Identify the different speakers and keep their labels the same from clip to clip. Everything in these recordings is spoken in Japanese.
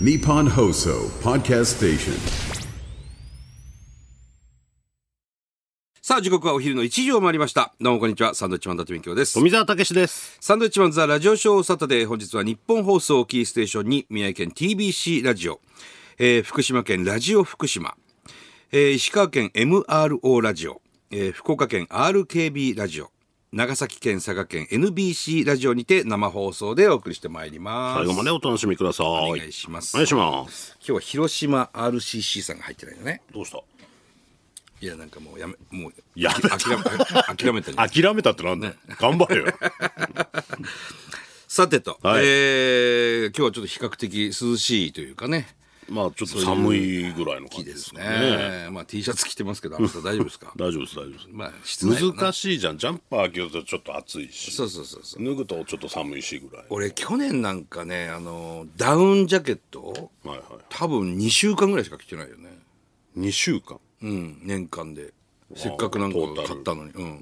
Speaker 1: Nippon Hoso Podcast Station.
Speaker 2: さあ、時刻はお昼の1時を回りました。どうもこんにちは。サンドウィッチマン伊達勉強です。
Speaker 3: 富澤たけしです。
Speaker 2: サンドウィッチマンザラジオショーサタデー。本日は日本放送をキーステーションに宮城県 TBC ラジオ、えー福島県ラジオ福島、えー石川県 MRO ラジオ、えー福岡県 RKB ラジオ、長崎県佐賀県 NBC ラジオにて生放送でお送りしてまいります。
Speaker 3: 最後までお楽しみください。お
Speaker 2: お願いします。
Speaker 3: 願いし
Speaker 2: 今
Speaker 3: ます。
Speaker 2: 日は広島 RCC さんが入ってないよね。
Speaker 3: どうした
Speaker 2: いや、なんかもうやめ、もう、
Speaker 3: やめた
Speaker 2: 諦め、諦めたね
Speaker 3: 諦めたってなんだよ。頑張れよ。
Speaker 2: さてと、
Speaker 3: はい
Speaker 2: えー今日はちょっと比較的涼しいというかね、
Speaker 3: まあちょっと寒いぐらいの感じですか
Speaker 2: ね
Speaker 3: ね。
Speaker 2: まあ、T シャツ着てます けど、あなた大丈夫ですか
Speaker 3: 大丈夫です、大丈夫
Speaker 2: まあ、室内
Speaker 3: です。
Speaker 2: はな
Speaker 3: 難しいじゃん。ジャンパー着るとちょっと暑いし
Speaker 2: そ、うそうそうそう。
Speaker 3: 脱ぐとちょっと寒いしぐらい。
Speaker 2: 俺、去年なんかね、あの、ダウンジャケットを、
Speaker 3: はいはい。
Speaker 2: 多分2週間ぐらいしか着てないよね。
Speaker 3: 2週間。
Speaker 2: うん、年間で。せっかくなんか
Speaker 3: トータル
Speaker 2: 買ったのに。うん。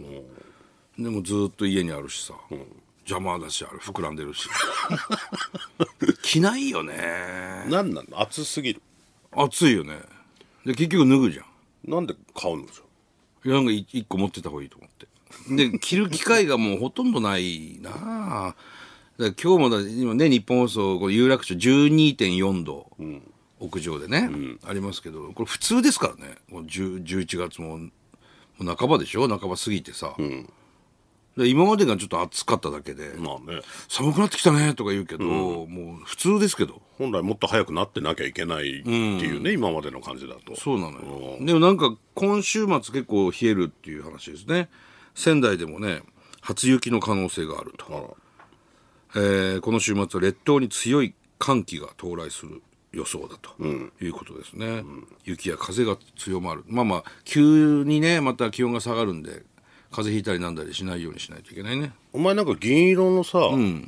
Speaker 2: でもずっと家にあるしさ。邪魔だし、あれ、膨らんでるし。 着ないよね。
Speaker 3: なんなの暑すぎる。
Speaker 2: 暑いよね。で、結局脱ぐじゃん。
Speaker 3: なんで買うのじ
Speaker 2: いやなんかい一個持ってた方がいいと思って。で、着る機会がもうほとんどないなあだから今日もだ、今ね、日本放送、この有楽町12.4度、屋上でね、ありますけど、これ普通ですからね。もう10 11月も、もう半ばでしょ半ば過ぎてさ。で今までがちょっと暑かっただけで、
Speaker 3: ゃまあね。
Speaker 2: 寒くなってきたねとか言うけど、もう普通ですけど。
Speaker 3: 本来もっと早くなってなきゃいけないっていうね、今までの感じだと。
Speaker 2: そうなのよ。でもなんか今週末結構冷えるっていう話ですね。仙台でもね、初雪の可能性があると。
Speaker 3: あら
Speaker 2: えーこの週末は列島に強い寒気が到来する予想だということですね、雪や風が強まるまあまあ急にねまた気温が下がるんで風邪ひいたりなんだりしないようにしないといけないね
Speaker 3: お前なんか銀色のさ、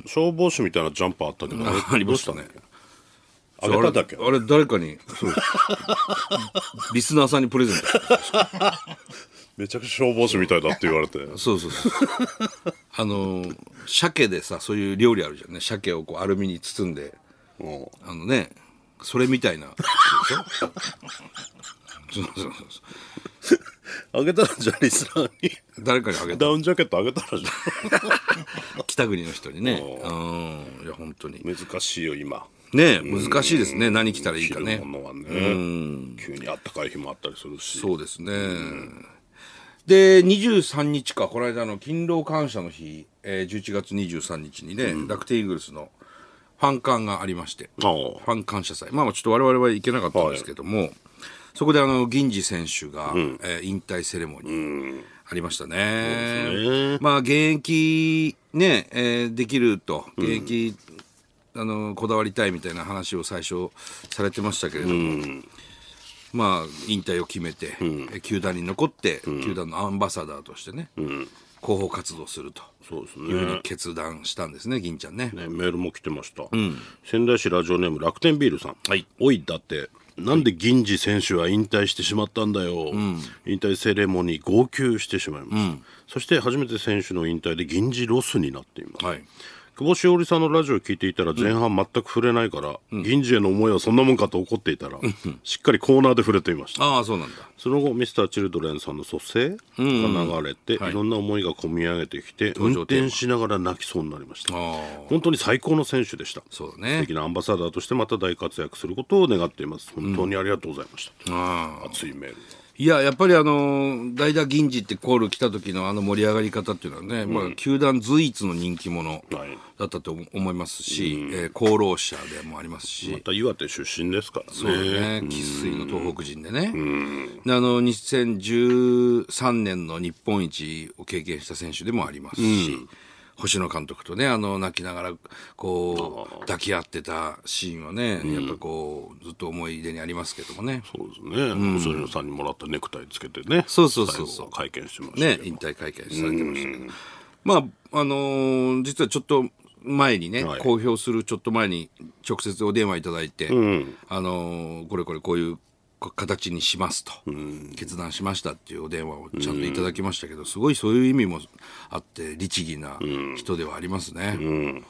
Speaker 3: 消防士みたいなジャン パーあったけど、れ
Speaker 2: ありましたね
Speaker 3: あげたんだっけ
Speaker 2: あれあれ誰かに そうリスナーさんにプレゼント
Speaker 3: めちゃくちゃ消防士みたいだって言われて
Speaker 2: そうそう そうあのー鮭でさそういう料理あるじゃんね鮭をこうアルミに包んで
Speaker 3: も
Speaker 2: あのねそれみたいな そうそうそうそう
Speaker 3: うあげたらじゃあリスナーに
Speaker 2: 誰かにあげた
Speaker 3: ダウンジャケットあげたらじゃ
Speaker 2: 北国の人にねうんいや本当に
Speaker 3: ん難しいよ今
Speaker 2: ね難しいですね何着たらいいか
Speaker 3: 着
Speaker 2: ね
Speaker 3: るものはね急にあったかい日もあったりするし
Speaker 2: そうですねで23日かこの間の勤労感謝の日、えー、11月23日にね、楽天イーグルスのファン館がありまして
Speaker 3: ああ
Speaker 2: ファン感謝祭。まあまあちょっと我々は行けなかったんですけども、そこであの、銀次選手が、えー引退セレモニーありましたね。まあ現役ね、えーできると、現役、あの、こだわりたいみたいな話を最初されてましたけれども、まあ引退を決めて、えー球団に残って、球団のアンバサダーとしてね、広報活動すると。
Speaker 3: そうです
Speaker 2: いうふう
Speaker 3: ね
Speaker 2: に決断したんですね、銀ちゃんね。
Speaker 3: ねメールも来てました、仙台市ラジオネーム楽天ビールさん、おいだってなんで銀次選手は引退してしまったんだよ、引退セレモニー号泣してしまいます、そして初めて選手の引退で銀次ロスになっています、
Speaker 2: はい。
Speaker 3: 久保しおりさんのラジオを聞いていたら前半全く触れないから、銀次への思いはそんなもんかと怒っていたら、しっかりコーナーで触れていました
Speaker 2: ああ、そうなんだ。
Speaker 3: その後ミスターチルドレンさんの蘇生が流れて、い、ろんな思いが込み上げてきて運
Speaker 2: 場テーマ
Speaker 3: 転しながら泣きそうになりました
Speaker 2: ああ、
Speaker 3: 本当に最高の選手でした
Speaker 2: そうだ
Speaker 3: 素
Speaker 2: ね
Speaker 3: 敵。なアンバサダーとしてまた大活躍することを願っています本当にありがとうございました、
Speaker 2: ああ。
Speaker 3: 熱いメールが
Speaker 2: いや、やっぱりあの、代打銀次ってコール来た時のあの盛り上がり方っていうのはね、まあ、球団随一の人気者
Speaker 3: はい
Speaker 2: だったと思いますし、えー功労者でもありますし
Speaker 3: ま、た岩手出身ですからね
Speaker 2: そうだね、生粋の東北人でね。であの、2013年の日本一を経験した選手でもありますし、星野監督とね、あの、泣きながら、こう、抱き合ってたシーンはね、やっぱこう、ずっと思い出にありますけどもね。
Speaker 3: そうですね、星野さんにもらったネクタイつけてね
Speaker 2: そうそうそう
Speaker 3: 最後会見してました
Speaker 2: ね、引退会見されてましたけど、まあ、あのー実はちょっと前にね、
Speaker 3: はい
Speaker 2: 公表するちょっと前に直接お電話いただいて、あのーこれこれこういう形にしますと、決断しましたっていうお電話をちゃんといただきましたけど、すごいそういう意味もあって、律儀な人ではありますね。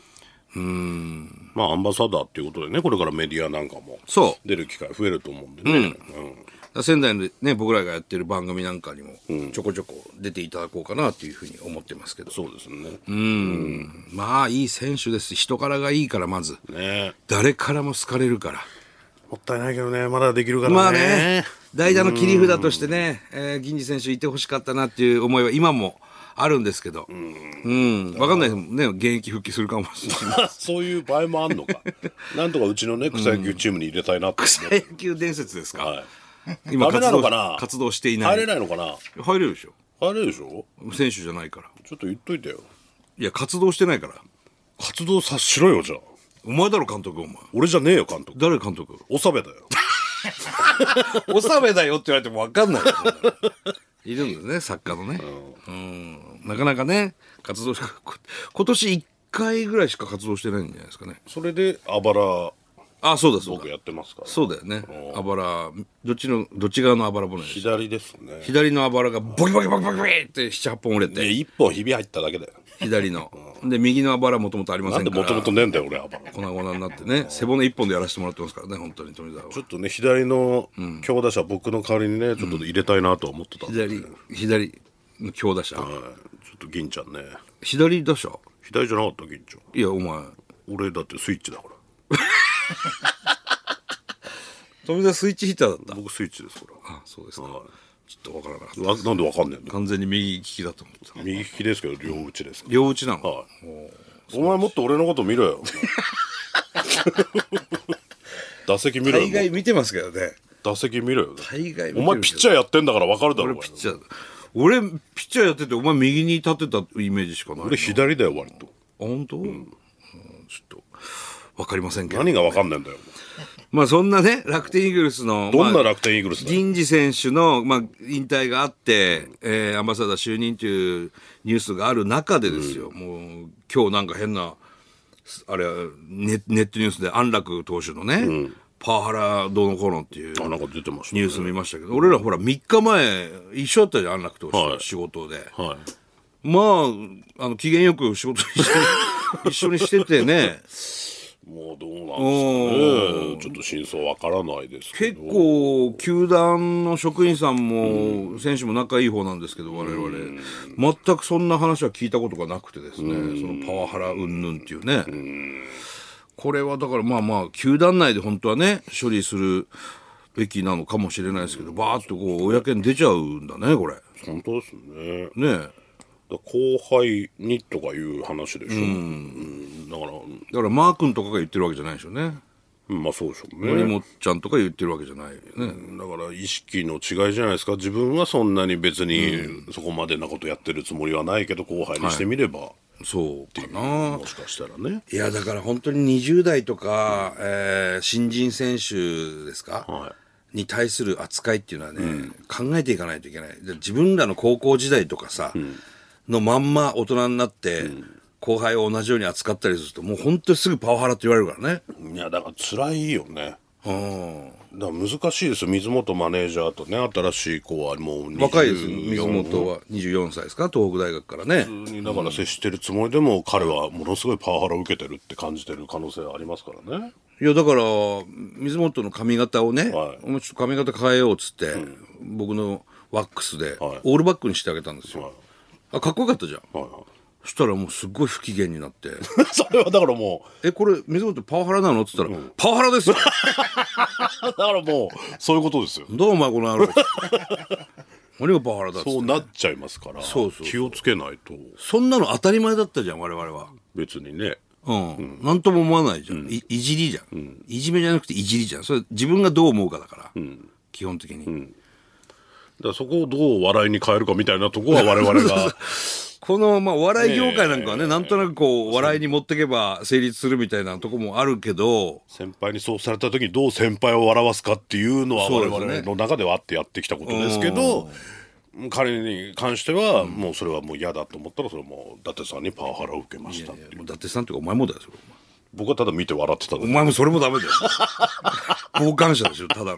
Speaker 2: うん
Speaker 3: まあアンバサダーっていうことでねこれからメディアなんかも
Speaker 2: そ
Speaker 3: 出る機会増えると思うんでね、うん
Speaker 2: 仙台のね、僕らがやってる番組なんかにも、ちょこちょこ出ていただこうかなというふうに思ってますけど。
Speaker 3: そうですね、
Speaker 2: まあ、いい選手です。人柄がいいから、まず。
Speaker 3: ね
Speaker 2: 誰からも好かれるから。
Speaker 3: もったいないけどねまだできるからね,、
Speaker 2: まあね、代打の切り札としてね、えー銀次選手いてほしかったなっていう思いは今もあるんですけど、うん、わかんないですもんね、現役復帰するかもしれ ない。
Speaker 3: そういう場合もあん のかなんとかうちのね草野球チームに入れたいなって、
Speaker 2: 草野球伝説ですか、
Speaker 3: はい
Speaker 2: 今
Speaker 3: ダメ
Speaker 2: 活
Speaker 3: なの
Speaker 2: 動
Speaker 3: かな
Speaker 2: 活動していない
Speaker 3: 入れないのかな
Speaker 2: 入れるでしょ
Speaker 3: 入れるでしょ
Speaker 2: 選手じゃないから
Speaker 3: ちょっと言っといてよ
Speaker 2: いや活動してないから
Speaker 3: 活動察しろよじゃあ
Speaker 2: お前だろ監督お前
Speaker 3: 俺じゃねえよ監督
Speaker 2: 誰監督
Speaker 3: 長部だよ
Speaker 2: 納めだよって言われても分かんないよそんなのいるんですね作家のねうんなかなかね活動しこ今年1回ぐらいしか活動してないんじゃないですかね
Speaker 3: それであばら
Speaker 2: あそうだそうだ
Speaker 3: 僕やってますから
Speaker 2: そうだよね。あばら、どっちの、どっち側のあばら骨でしょ
Speaker 3: 左ですね
Speaker 2: 左のあばらがボキボキボキボキボキって7、8本折れ
Speaker 3: で
Speaker 2: て、
Speaker 3: 一本ひび入っただけだよ
Speaker 2: 左の。で、右のあばらもともとありま
Speaker 3: な
Speaker 2: せん
Speaker 3: んで
Speaker 2: から。
Speaker 3: もともとねえんだよ俺あばら
Speaker 2: 粉々になってね、背骨一本でやらせてもらってますからね、本当に富澤は
Speaker 3: ちょ。っとね左の強打者僕の代わりにねちょっと入れたいなとは思ってたんで、
Speaker 2: 左、左の強打者。
Speaker 3: はいちょっと銀ちゃんね
Speaker 2: 左打者
Speaker 3: 左じゃなかった銀ちゃん
Speaker 2: いや、お前。
Speaker 3: 俺だってスイッチだから
Speaker 2: 富澤スイッチヒッターだった。
Speaker 3: 僕スイッチですから
Speaker 2: あ、そうですか。
Speaker 3: は
Speaker 2: ちょっとわからなかっ
Speaker 3: い
Speaker 2: た。
Speaker 3: わなんでわかんねえんだよ
Speaker 2: 完全に右利きだと思ってた。
Speaker 3: 右利きですけど両打ちですから
Speaker 2: 両打ちなの
Speaker 3: はいお前もっと俺のこと見ろよ 打席見ろ
Speaker 2: 大
Speaker 3: よ
Speaker 2: 概見てますけどね。
Speaker 3: 打席見ろよ
Speaker 2: 大概見てるけど
Speaker 3: お前ピッチャーやってんだから分かるだ
Speaker 2: 俺
Speaker 3: ろお前
Speaker 2: ピッチャーだ俺ピッチャーやっててお前右に立てたイメージしかないな
Speaker 3: 俺左だよ割と
Speaker 2: あ本当、うんちょっとわかりませんけど
Speaker 3: 何が分かんねえんだよ
Speaker 2: まあそんなね楽天イーグルスの
Speaker 3: ど
Speaker 2: ま
Speaker 3: んな
Speaker 2: あ
Speaker 3: 楽天イーグルスだよ
Speaker 2: 銀次選手の、まあ、引退があって、えーアンバサダー就任というニュースがある中でですよ、もう今日なんか変なすあれネネットニュースで安楽投手のね、パワハラどうのこうのっていう
Speaker 3: あなんか出てました
Speaker 2: ニ
Speaker 3: ね
Speaker 2: ュース見ましたけど、俺らほら3日前一緒だったじゃん安楽投手、
Speaker 3: はい
Speaker 2: 仕事で。
Speaker 3: はい
Speaker 2: まあ、あの、機嫌よく仕事一緒 に一緒にしててね、
Speaker 3: もうどうなんですかねちょっと真相分からないですけ
Speaker 2: 結
Speaker 3: ど
Speaker 2: 構、球団の職員さんも、選手も仲いい方なんですけど、我々、全くそんな話は聞いたことがなくてですね、そのパワハラ云々っていうね。これはだからまあまあ、球団内で本当はね、処理するべきなのかもしれないですけど、バーっとこう、公に出ちゃうんだね、これ。
Speaker 3: 本当ですね
Speaker 2: ねえ
Speaker 3: だ後輩にとかいう話でしょうんだから
Speaker 2: だから、マー君とかが言ってるわけじゃないでしょうね。
Speaker 3: うんまあそうでしょうね
Speaker 2: 森本ちゃんとか言ってるわけじゃないよね。
Speaker 3: だから意識の違いじゃないですか自分はそんなに別にそこまでなことやってるつもりはないけど後輩にしてみれば、
Speaker 2: そうかな
Speaker 3: も。しかしたらね
Speaker 2: いや、だから本当に20代とか、えー新人選手ですか、
Speaker 3: は
Speaker 2: に対する扱いっていうのはね、考えていかないといけない。で自分らの高校時代とかさ、のまんま大人になって、後輩を同じように扱ったりすると、もう本当にすぐパワハラって言われるからね。
Speaker 3: いやだから辛いよね
Speaker 2: うん。
Speaker 3: だから難しいです水本マネージャーとね新しい子はもう24
Speaker 2: 若いですよ、水本は24歳ですか、東北大学からね。
Speaker 3: 普通にだから接してるつもりでも彼はものすごいパワハラを受けてるって感じてる可能性はありますからね
Speaker 2: いやだから水本の髪型をね、
Speaker 3: はい
Speaker 2: お前ちょっと髪型変えようっつって、僕のワックスで、
Speaker 3: はい
Speaker 2: オールバックにしてあげたんですよ、
Speaker 3: はい
Speaker 2: あかっこよかったじゃん
Speaker 3: はいはい
Speaker 2: そしたらもうすっごい不機嫌にな って
Speaker 3: それはだからも
Speaker 2: 「えこれ水本パワハラなの?」っつったら「パワハラですよ
Speaker 3: うだからもうそういうことですよ
Speaker 2: どうお前この野 郎」何がパワハラだっつって
Speaker 3: そうなっちゃいますから
Speaker 2: そうそうそう
Speaker 3: 気をつけないと
Speaker 2: そんなの当たり前だったじゃん我々は
Speaker 3: 別にね
Speaker 2: うん、なんとも思わないじゃん、いいじりじゃん、いじめじゃなくていじりじゃんそれ自分がどう思うかだから、基本的に、
Speaker 3: だからそこをどう笑いに変えるかみたいなとこ は我々が
Speaker 2: この、まあ、お笑い業界なんかはね、なんとなくこう、笑いに持ってけば成立するみたいなとこもあるけど、
Speaker 3: 先輩にそうされた時にどう先輩を笑わすかっていうのは
Speaker 2: そうです
Speaker 3: 我
Speaker 2: ね
Speaker 3: 々の中ではあってやってきたことですけど彼に関してはもうそれはもう嫌だと思ったらそれはもう伊達さんにパワハラを受けましたっていう
Speaker 2: もう伊達さんとかお前もだよ、それ。
Speaker 3: 僕はただ見て笑ってたん
Speaker 2: お
Speaker 3: で
Speaker 2: 前お前もそれもダメだよ。傍観者でしょ、ただの。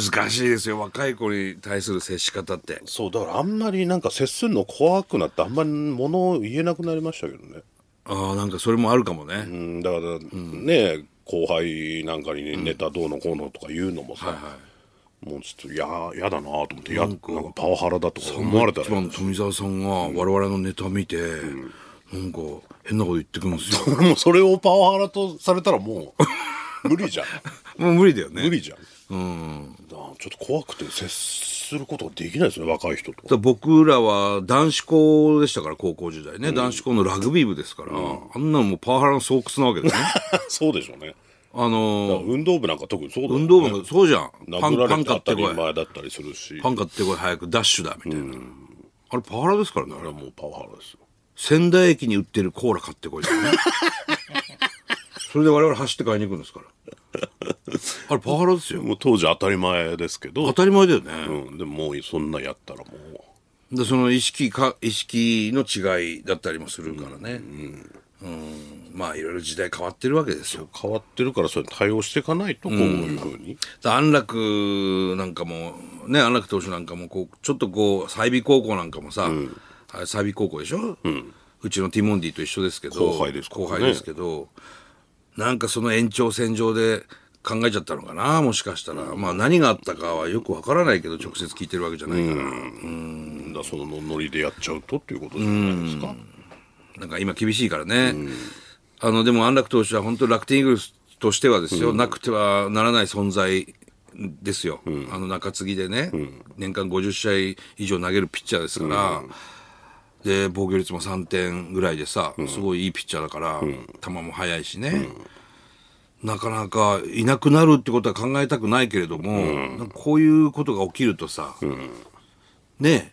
Speaker 2: 難しいですよ、若い子に対する接し方って。
Speaker 3: そうだからあんまりなんか接するの怖くなってあんまり物を言えなくなりましたけどね
Speaker 2: ああなんかそれもあるかもね、
Speaker 3: うん、だから、ね後輩なんかにねネタどうのこうのとか言うのもさ、もうちょっとややだなと思ってやなんかパワハラだとか思われた
Speaker 2: 一
Speaker 3: ら
Speaker 2: 番富澤さんが我々のネタ見て、なんか変なこと言ってきますよ
Speaker 3: 俺も それをパワハラとされたらもう無理じゃ ん
Speaker 2: もう無理だよね
Speaker 3: 無理じゃん、うん、ちょっと怖くて接することができないですね若い人と
Speaker 2: だから僕らは男子校でしたから高校時代ね、男子校のラグビー部ですから、あんなのもうパワハラの巣窟なわけ ですね
Speaker 3: そうでしょうね
Speaker 2: あのー
Speaker 3: 運動部なんか特にそうだよね
Speaker 2: 運動部もそうじゃん、パン
Speaker 3: 殴ら
Speaker 2: パン
Speaker 3: れて
Speaker 2: 買っ
Speaker 3: 当た
Speaker 2: て
Speaker 3: り
Speaker 2: こい
Speaker 3: 前だったりするし
Speaker 2: パン買ってこい早くダッシュだみたいな、あれパワハラですからねあ
Speaker 3: あ
Speaker 2: れ
Speaker 3: れはもうパワハラですよ
Speaker 2: 仙台駅に売ってるコーラ買ってこいとかね それで我々走って買いに行くんですからあれパワハラですよ
Speaker 3: もう当時当たり前ですけ
Speaker 2: 当
Speaker 3: ど、
Speaker 2: たり前だよね、
Speaker 3: うん、でももうそんなやったらもう
Speaker 2: でその意識か意識の違いだったりもするからねうん、まあいろいろ時代変わってるわけですよ
Speaker 3: 変わってるからそれに対応していかないとこういうふうに、
Speaker 2: 安楽なんかもね安楽投手なんかもこうちょっとこう済美高校なんかもさ、あれ済美高校でしょ、うちのティモンディと一緒ですけど
Speaker 3: 後輩ですから
Speaker 2: 後
Speaker 3: ね
Speaker 2: 輩ですけどなんかその延長線上で考えちゃったのかなもしかしたら、まあ何があったかはよくわからないけど直接聞いてるわけじゃないから、
Speaker 3: だからそのノリでやっちゃうとっていうことじゃないですか、
Speaker 2: なんか今厳しいからね、あのでも安楽投手は本当楽天イーグルスとしてはですよ、なくてはならない存在ですよ、あの中継ぎでね、年間50試合以上投げるピッチャーですから、で防御率も3点ぐらいでさ、すごいいいピッチャーだから、球も速いしね。なかなかいなくなるってことは考えたくないけれども、なんかこういうことが起きるとさ、ね、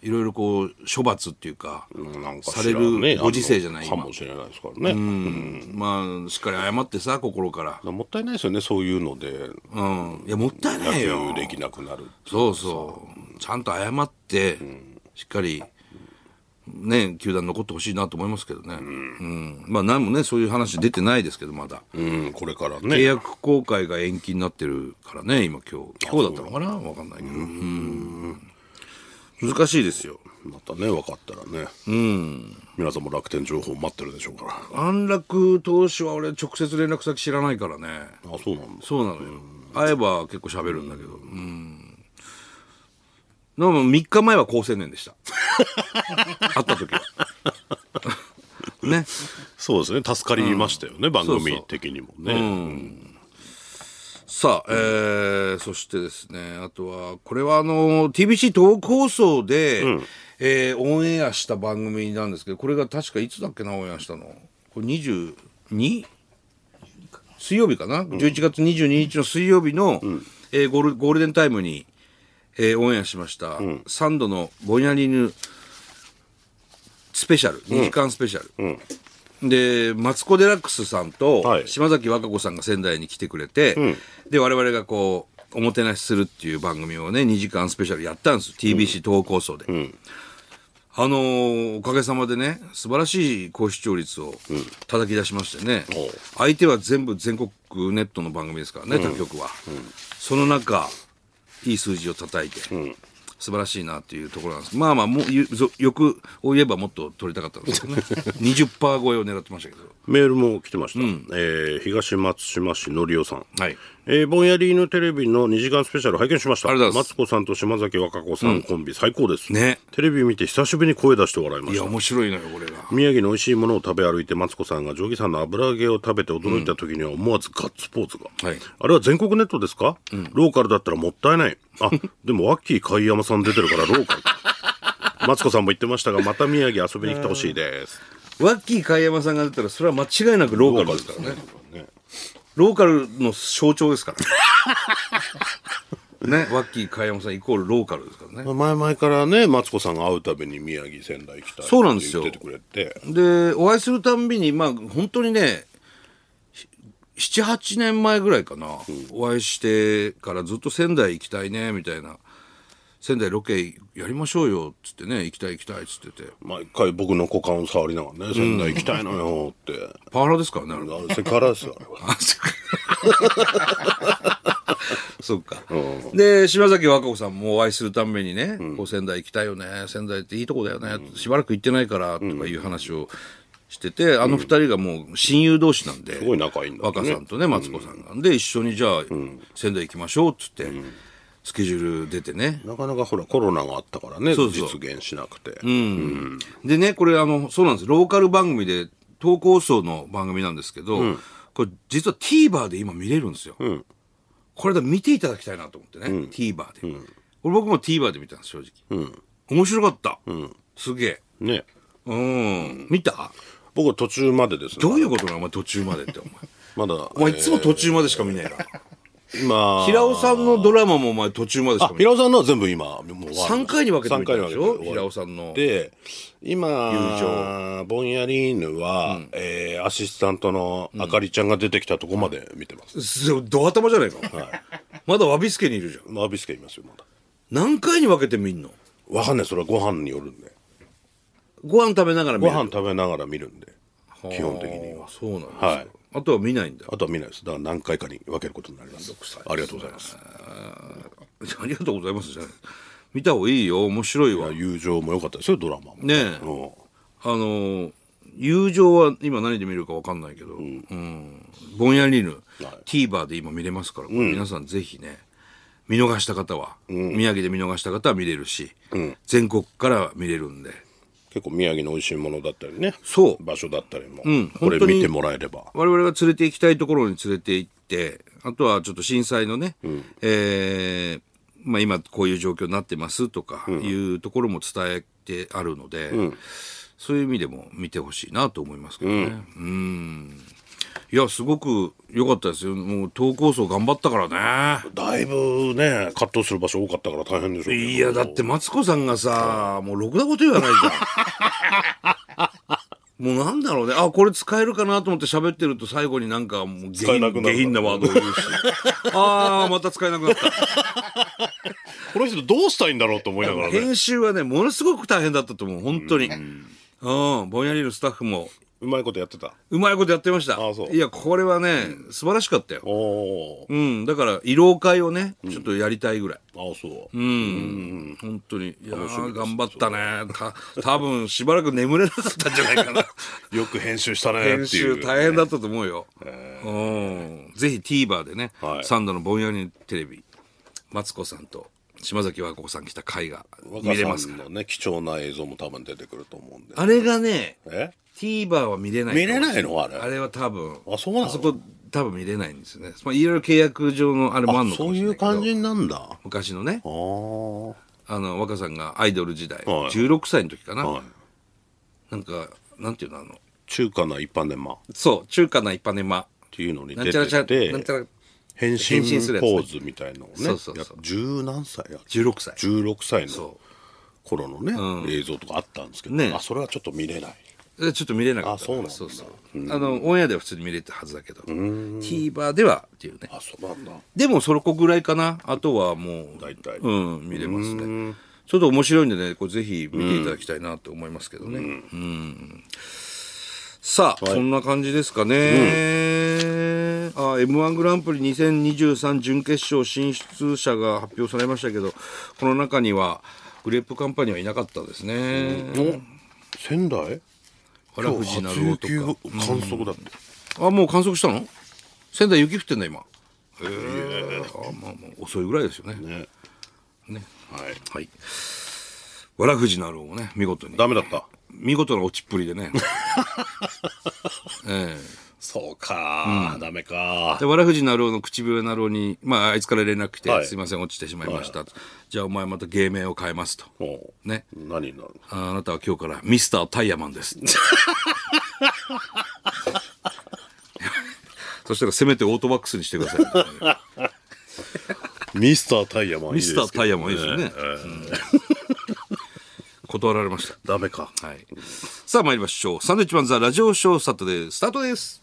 Speaker 2: いろいろこう処罰っていうか、
Speaker 3: なんか
Speaker 2: さ
Speaker 3: 知
Speaker 2: れ
Speaker 3: らんね
Speaker 2: るご時世じゃない
Speaker 3: あんの
Speaker 2: 今
Speaker 3: かもしれないですからね、
Speaker 2: まあしっかり謝ってさ心から
Speaker 3: もったいないですよねそういうので
Speaker 2: うんいやもったいない
Speaker 3: 野
Speaker 2: よ
Speaker 3: 球できなくなる
Speaker 2: そうそうちゃんと謝って、しっかりね球団残ってほしいなと思いますけどねうん、まあ何もねそういう話出てないですけどまだ
Speaker 3: うんこれから
Speaker 2: 契
Speaker 3: ね
Speaker 2: 約更改が延期になってるからね今今日今日だったのかな分かんないけどうん難しいですよ
Speaker 3: またね分かったらね、皆さんも楽天情報待ってるでしょうからあ
Speaker 2: 安楽投手は俺直接連絡先知らないからね
Speaker 3: そうなんだ
Speaker 2: そうなのよ会えば結構喋るんだけどうんでも3日前は好青年でした 会った時は ね
Speaker 3: そうですね助かりましたよね、番組的にもね
Speaker 2: さあ、えー、そしてですねあとはこれはあの TBC 東北放送で、えーオンエアした番組なんですけどこれが確かいつだっけなオンエアしたのこれ 22? 水曜日かな、11月22日の水曜日の、えーゴールゴールデンタイムに、えーオンエアしました、サンドのぼんやりぬスペシャル2時間スペシャル、でマツコ・デラックスさんと
Speaker 3: はい
Speaker 2: 島崎和歌子さんが仙台に来てくれて、で我々がこうおもてなしするっていう番組をね2時間スペシャルやったんです TBC 東北放送で、あのーおかげさまでね素晴らしい高視聴率を叩き出しましてね、
Speaker 3: おう
Speaker 2: 相手は全部全国ネットの番組ですからね、他局は、その中いい数字を叩いて、素晴らしいなっていうところなんですまあまあもうゆぞ欲を言えばもっと取りたかったんですけどね20%超えを狙ってましたけど
Speaker 3: メールも来てました、えー東松島市のりおさん
Speaker 2: はい
Speaker 3: えーぼんやり犬テレビの2時間スペシャル拝見しました。
Speaker 2: ありがとうござい
Speaker 3: マ
Speaker 2: ます
Speaker 3: ツコさんと島崎和歌子さんコンビ、最高です。
Speaker 2: ね
Speaker 3: テレビ見て久しぶりに声出して笑いま
Speaker 2: い
Speaker 3: し
Speaker 2: や
Speaker 3: た。
Speaker 2: 面白いのよこれが
Speaker 3: 宮城の美味しいものを食べ歩いてマツコさんが定規さんの油揚げを食べて驚いた時には思わずガッツポーズが、
Speaker 2: はい
Speaker 3: あれは全国ネットですか、ローカルだったらもったいない あでもワッキー貝山さん出てるからローカルだマツコさんも言ってましたがまた宮城遊びに来てほしいです
Speaker 2: ワッキー貝山さんが出たらそれは間違いなくローカルですからねローカルの象徴ですからねねワッキー貝山さんイコールローカルですからね
Speaker 3: 前々からねマツコさんが会うたびに宮城仙台来たい
Speaker 2: そうなんですよ
Speaker 3: って言ってくれて
Speaker 2: でお会いするたんびにまあ本当にね78年前ぐらいかな、お会いしてからずっと仙台行きたいねみたいな仙台ロケやりましょうよっつってね行きたい行きたいっつってて
Speaker 3: 毎回僕の股間を触りながらね仙台行きたいのよって、
Speaker 2: パワハラですからねあれ
Speaker 3: あれセクハラですよあれは
Speaker 2: あそっか そっか、で島崎和歌子さんもお会いするたんびにね、こう仙台行きたいよね仙台っていいとこだよね、しばらく行ってないからとかいう話をしてて、あの二人がもう親友同士なんで、
Speaker 3: すごい仲いいんだね
Speaker 2: 若さんとね、マツコさんなんで、一緒にじゃあ、仙台行きましょうっつって、スケジュール出てね。
Speaker 3: なかなかほらコロナがあったからね
Speaker 2: そうそう
Speaker 3: 実現しなくて、
Speaker 2: でね、これあの、そうなんです。ローカル番組で、投稿層の番組なんですけど、これ実は TVer で今見れるんですよ。これだ、見ていただきたいなと思ってね、TVer で。俺僕も TVer で見たんです、正直。面白かった。すげえ。
Speaker 3: ね
Speaker 2: うん。見た
Speaker 3: 僕は途中までですね
Speaker 2: どういうことなのお前途中まで って、お前。
Speaker 3: まだ
Speaker 2: お前いつも途中までしか見ないな。
Speaker 3: えー今
Speaker 2: 平尾さんのドラマもお前途中までしか
Speaker 3: あ
Speaker 2: 見ない。
Speaker 3: 平尾さんのは全部今もう終わり
Speaker 2: 3回に分けて
Speaker 3: 三
Speaker 2: 見た
Speaker 3: 回に
Speaker 2: で
Speaker 3: 分
Speaker 2: し
Speaker 3: け
Speaker 2: ょ
Speaker 3: て
Speaker 2: 平尾さんの。
Speaker 3: で今ボンヤリーヌは、えーアシスタントのあかりちゃんが出てきたとこまで見てます、
Speaker 2: すド頭じゃないか。まだワビスケにいるじゃん。
Speaker 3: まあビスケいますよまだ
Speaker 2: 何回に分けて見んの
Speaker 3: わかんないそれはご飯によるんで
Speaker 2: ご飯食べながら見る
Speaker 3: ご飯食べながら見るんで基本的に
Speaker 2: あーそうなんですよ、
Speaker 3: はい
Speaker 2: あとは見ないんだ
Speaker 3: あとは見ないですだから何回かに分けることになりますありがとうございます
Speaker 2: ありがとうございますじゃない見た方がいいよ面白いわね
Speaker 3: 友情も良かったですよドラマも
Speaker 2: え
Speaker 3: うん
Speaker 2: あのー友情は今何で見るか分かんないけど、うんぼんやりぬ、TVer で今見れますから、これ皆さんぜひね見逃した方は、宮城で見逃した方は見れるし、全国から見れるんで
Speaker 3: 結構宮城の美味しいものだったりね
Speaker 2: そう
Speaker 3: 場所だったりも、
Speaker 2: ん
Speaker 3: これ
Speaker 2: 本当に
Speaker 3: 見てもらえれば
Speaker 2: 我々が連れて行きたいところに連れて行って、あとはちょっと震災のね、えーまあ今こういう状況になってますとかいうところも伝えてあるので、そういう意味でも見てほしいなと思いますけどね。うん。いや、すごく良かったですよ。もう投稿層頑張ったからね。
Speaker 3: だいぶね葛藤する場所多かったから大変でしょうけど
Speaker 2: いや、だってマツコさんがさ、もうろくなこと言わないじゃ ん。もうなんだろうね。あ、これ使えるかなと思って喋ってると最後になんかもう下
Speaker 3: 使えな
Speaker 2: 品
Speaker 3: く
Speaker 2: 下
Speaker 3: なる
Speaker 2: 品なワードを言う し。ああ、また使えなくなった。
Speaker 3: この人どうしたいんだろうと思いながらね
Speaker 2: 編集はね、ものすごく大変だったと思う。本当に。うん。ぼんやりのスタッフも
Speaker 3: うまいことやってた
Speaker 2: うまいことやってました。
Speaker 3: あそう
Speaker 2: いや、これはね、素晴らしかったよ。
Speaker 3: おお
Speaker 2: うん。だから、慰労会をね、ちょっとやりたいぐらい。
Speaker 3: ああそう、
Speaker 2: うん、本当に。いやー頑張ったね。た多分しばらく眠れなかったんじゃないかな。
Speaker 3: よく編集したねっていう
Speaker 2: 編集大変だったと思うよ。うん。ぜひ TVer でね、
Speaker 3: はい
Speaker 2: サンドのぼんやりテレビ、マツコさんと島崎和歌子さん来た回が
Speaker 3: 若
Speaker 2: 見れます
Speaker 3: さ
Speaker 2: か
Speaker 3: ん
Speaker 2: ら。
Speaker 3: のね貴重な映像も多分出てくると思うんで
Speaker 2: あれがね、
Speaker 3: え
Speaker 2: TVer は見れない。
Speaker 3: 見れないのあれ
Speaker 2: あれは多分。
Speaker 3: あそうなの
Speaker 2: あそこ多分見れないんですよね。まあ、いろいろ契約上のあれもある
Speaker 3: あ
Speaker 2: のか
Speaker 3: そ
Speaker 2: も
Speaker 3: う
Speaker 2: し
Speaker 3: い
Speaker 2: れないうけど。
Speaker 3: 感じになんだあ
Speaker 2: 昔のね
Speaker 3: あ、ー
Speaker 2: あの、若さんがアイドル時代、
Speaker 3: はい
Speaker 2: 16歳の時かな。
Speaker 3: はい
Speaker 2: なんか、なんていうの、あの、
Speaker 3: 中華な一般年間っ
Speaker 2: そう、中華な一般ネマ。
Speaker 3: ていうのに
Speaker 2: なん
Speaker 3: 出
Speaker 2: ちゃらちゃ
Speaker 3: て
Speaker 2: ん、
Speaker 3: て
Speaker 2: なんちゃら、
Speaker 3: 変身
Speaker 2: 変身するやつね
Speaker 3: ポーズみたいのをね
Speaker 2: そうそうそう
Speaker 3: や十何歳や
Speaker 2: 16歳。
Speaker 3: 16歳の
Speaker 2: そ
Speaker 3: 頃のね、映像とかあったんですけど、
Speaker 2: ね
Speaker 3: あそれはちょっと見れない
Speaker 2: えちょっと見れなかった。
Speaker 3: あそうなんだ
Speaker 2: そうそうあの、オンエアでは普通に見れたはずだけど、TVer ではっていうね。
Speaker 3: あそうなんだ
Speaker 2: でも、それこぐらいかな。あとはもう、
Speaker 3: 大体
Speaker 2: うん、見れますね。ちょっと面白いんでね、これぜひ見ていただきたいなと思いますけどね。うん。さあ、そんな感じですかね。あ、M1 グランプリ2023準決勝進出者が発表されましたけど、この中には、グレープカンパニーはいなかったですね。
Speaker 3: 仙台
Speaker 2: 原藤なるおと
Speaker 3: 今
Speaker 2: か。
Speaker 3: 日初雪観測だって、
Speaker 2: あ、もう観測したの仙台雪降ってんだ、今。えー、あまあまあ、遅いぐらいですよね。
Speaker 3: ね
Speaker 2: ね
Speaker 3: はい
Speaker 2: はい。わらふじなるをね、見事に。
Speaker 3: ダメだった
Speaker 2: 見事な落ちっぷりでね。え
Speaker 3: そうか、ダメか
Speaker 2: えで、わらふじなるおの唇なるおに、まあ、あいつから連絡来て、
Speaker 3: はい
Speaker 2: すいません、落ちてしまいました。じゃあ、お前また芸名を変えますと。
Speaker 3: もう
Speaker 2: ね。
Speaker 3: 何になるの
Speaker 2: ああなたは今日からミスタータイヤマンです。そしたらせめてオートバックスにしてください。
Speaker 3: ミスタータイヤマンいい
Speaker 2: ミ
Speaker 3: です
Speaker 2: ス
Speaker 3: けど
Speaker 2: タータイヤマンいいですよね。うん断られました。
Speaker 3: ダメか
Speaker 2: はい。さあ参りましょう。サンドウィッチマンザラジオショーサタデースタートです。